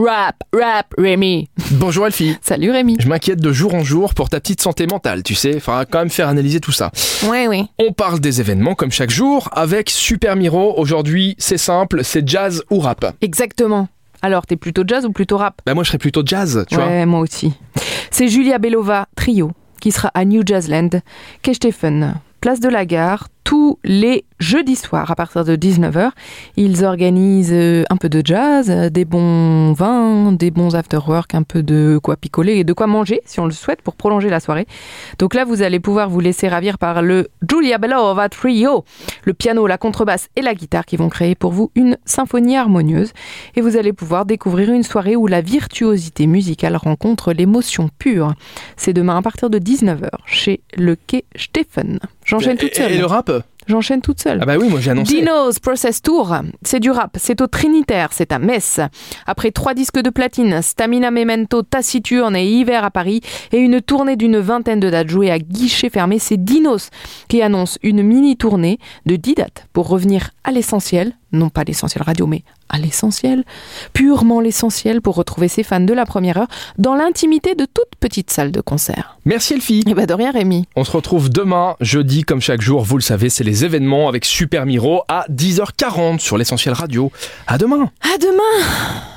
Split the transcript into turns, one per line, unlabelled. Rap, rap, Rémi.
Bonjour Elfie.
Salut Rémi.
Je m'inquiète de jour en jour pour ta petite santé mentale, tu sais. Enfin, quand même faire analyser tout ça.
Ouais, oui.
On parle des événements comme chaque jour avec Super Miro. Aujourd'hui, c'est simple, c'est jazz ou rap.
Exactement. Alors, t'es plutôt jazz ou plutôt rap
Bah moi, je serais plutôt jazz, tu vois.
Ouais, moi aussi. C'est Julia Belova, trio, qui sera à New Jazzland, Quai Stephen, place de la gare, tous les jeudis soirs à partir de 19h. Ils organisent euh, un peu de jazz, euh, des bons vins, des bons after-work, un peu de quoi picoler et de quoi manger si on le souhaite pour prolonger la soirée. Donc là, vous allez pouvoir vous laisser ravir par le Julia Belova Trio, le piano, la contrebasse et la guitare qui vont créer pour vous une symphonie harmonieuse. Et vous allez pouvoir découvrir une soirée où la virtuosité musicale rencontre l'émotion pure. C'est demain à partir de 19h chez le Quai Stephen. J'enchaîne toute
Et, et
seule.
le rap
J'enchaîne toute seule.
Ah bah oui, moi j'ai annoncé.
Dino's Process Tour, c'est du rap, c'est au Trinitaire, c'est à Metz. Après trois disques de platine, Stamina Memento, Taciturne et Hiver à Paris, et une tournée d'une vingtaine de dates jouées à guichet fermé, c'est Dinos qui annonce une mini-tournée de 10 dates pour revenir à l'essentiel, non pas l'essentiel radio, mais à l'essentiel, purement l'essentiel pour retrouver ses fans de la première heure dans l'intimité de toute petite salle de concert.
Merci Elfie.
Et bah de rien Rémi.
On se retrouve demain, jeudi, comme chaque jour. Vous le savez, c'est les événements avec Super Miro à 10h40 sur l'essentiel radio. À demain.
À demain